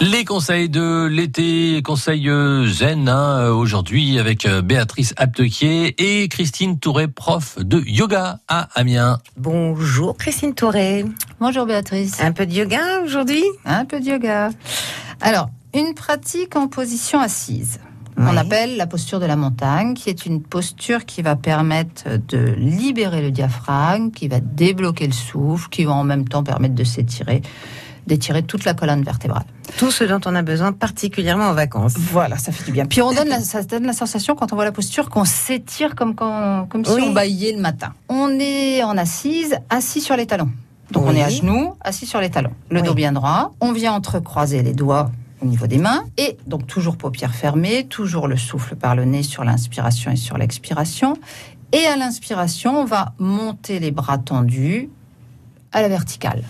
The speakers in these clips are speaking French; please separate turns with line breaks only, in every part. Les conseils de l'été, conseils zen hein, aujourd'hui avec euh, Béatrice Aptequier et Christine Touré, prof de yoga à Amiens.
Bonjour Christine Touré.
Bonjour Béatrice.
Un peu de yoga aujourd'hui
Un peu de yoga. Alors, une pratique en position assise. On
Ouais.
appelle la posture de la montagne, qui est une posture qui va permettre de libérer le diaphragme, qui va débloquer le souffle, qui va en même temps permettre de s'étirer, d'étirer toute la colonne vertébrale.
Tout ce dont on a besoin particulièrement en vacances.
Voilà, ça fait du bien. Puis on donne la, ça donne la sensation quand on voit la posture qu'on s'étire comme quand, comme
Oui.
si on baillait le matin. On est en assise, assis sur les talons. Donc on
Oui.
est à genoux, assis sur les talons. Le
Oui.
dos bien droit. On vient entrecroiser les doigts au niveau des mains et donc toujours paupières fermées, toujours le souffle par le nez sur l'inspiration et sur l'expiration. Et à l'inspiration, on va monter les bras tendus à la verticale.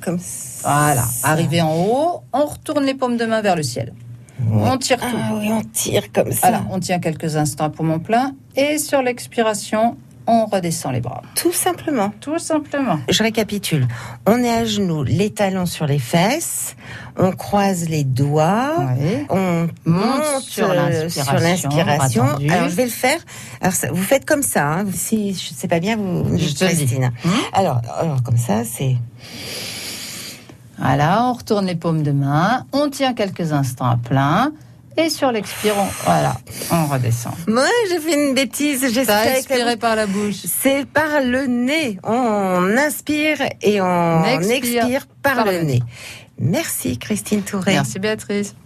Comme ça.
Voilà, arrivé en haut, on retourne les paumes de main vers le ciel. On tire tout.
Ah oui, on tire comme ça.
Alors, on tient quelques instants pour mon plein et sur l'expiration, on redescend les bras.
Tout simplement.
Tout simplement.
Je récapitule. On est à genoux, les talons sur les fesses, on croise les doigts. On
Monte
monte
sur
euh,
l'inspiration,
sur l'inspiration.
bras tendus.
Alors je vais le faire. Alors ça- vous faites comme ça. hein. Si je sais pas bien, vous. me
Je
dites,
te le dis.
Christine.
Hmm
Alors, alors comme ça, c'est.
Voilà, on retourne les paumes de main, on tient quelques instants à plein et sur l'expire, on, voilà, on redescend.
Moi, j'ai fait une bêtise. J'ai
Ça
sauté avec la
expiré par la bouche.
C'est par le nez. On inspire et on
On expire
expire, par, le nez. Merci Christine Touré.
Merci Béatrice.